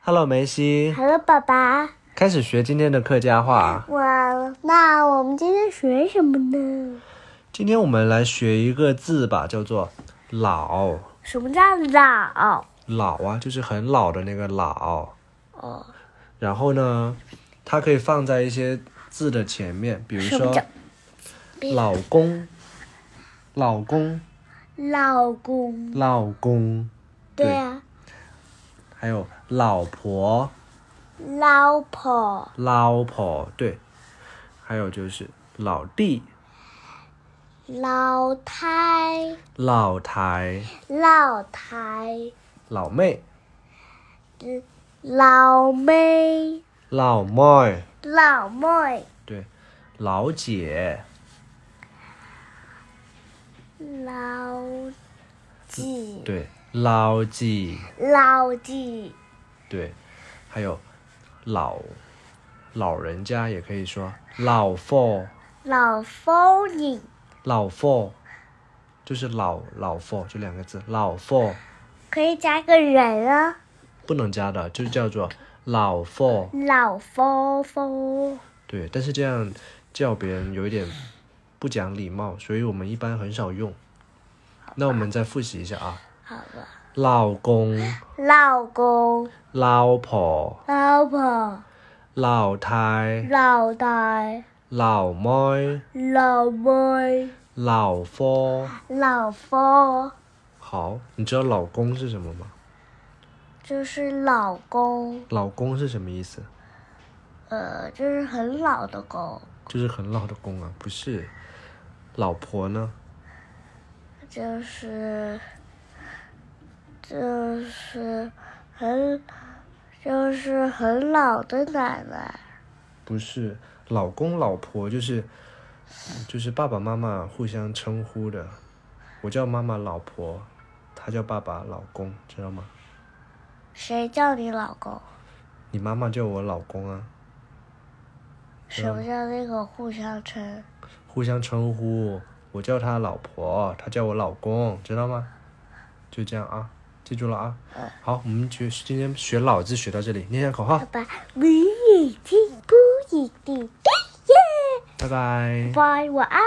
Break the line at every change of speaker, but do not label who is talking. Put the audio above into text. Hello，梅西，
好了，爸爸，
开始学今天的客家话。啊
我那我们今天学什么呢？
今天我们来学一个字吧，叫做“老
什么叫老？”。
老啊，就是很老的那个老。
哦，
然后呢，它可以放在一些字的前面，比如
什么
说
叫
老公、老公、
老公？
老公，
对啊，
还有老婆、
老婆，
老婆，对，还有就是老弟、
老太，
老台、
老太，
老妹、
老妹，
老妹，
老妹，
对，老姐、
老几，
对，老几，
老几，
对，还有老老人家也可以说老妇、
老妇人，
老妇，就是老老妇这两个字，老妇
可以加个人啊，
不能加的，就叫做老妇。
老夫妇。
对，但是这样叫别人有一点不讲礼貌，所以我们一般很少用。那我们再复习一下啊，
好吧，
老公、
老公、
老婆、
老婆、
老太、
老呃大、
老妹、
老妹、
老夫。
老夫，
好，你知道老公是什么吗？
就是老公，
老公是什么意思？
呃，就是很老的狗，
就是很老的公啊，不是。老婆呢？
就是就是很就是很老的奶奶，
不是，老公老婆就是就是爸爸妈妈互相称呼的。我叫妈妈老婆，她叫爸爸老公，知道吗？
谁叫你老公？
你妈妈叫我老公啊，
什么叫那个互相称？
互相称呼，我叫她老婆，她叫我老公，知道吗？就这样啊，记住了啊。好，我们学今天学老字学到这里，念下口号
爸，爸，你已经不一定对耶！
拜拜。
拜，晚安。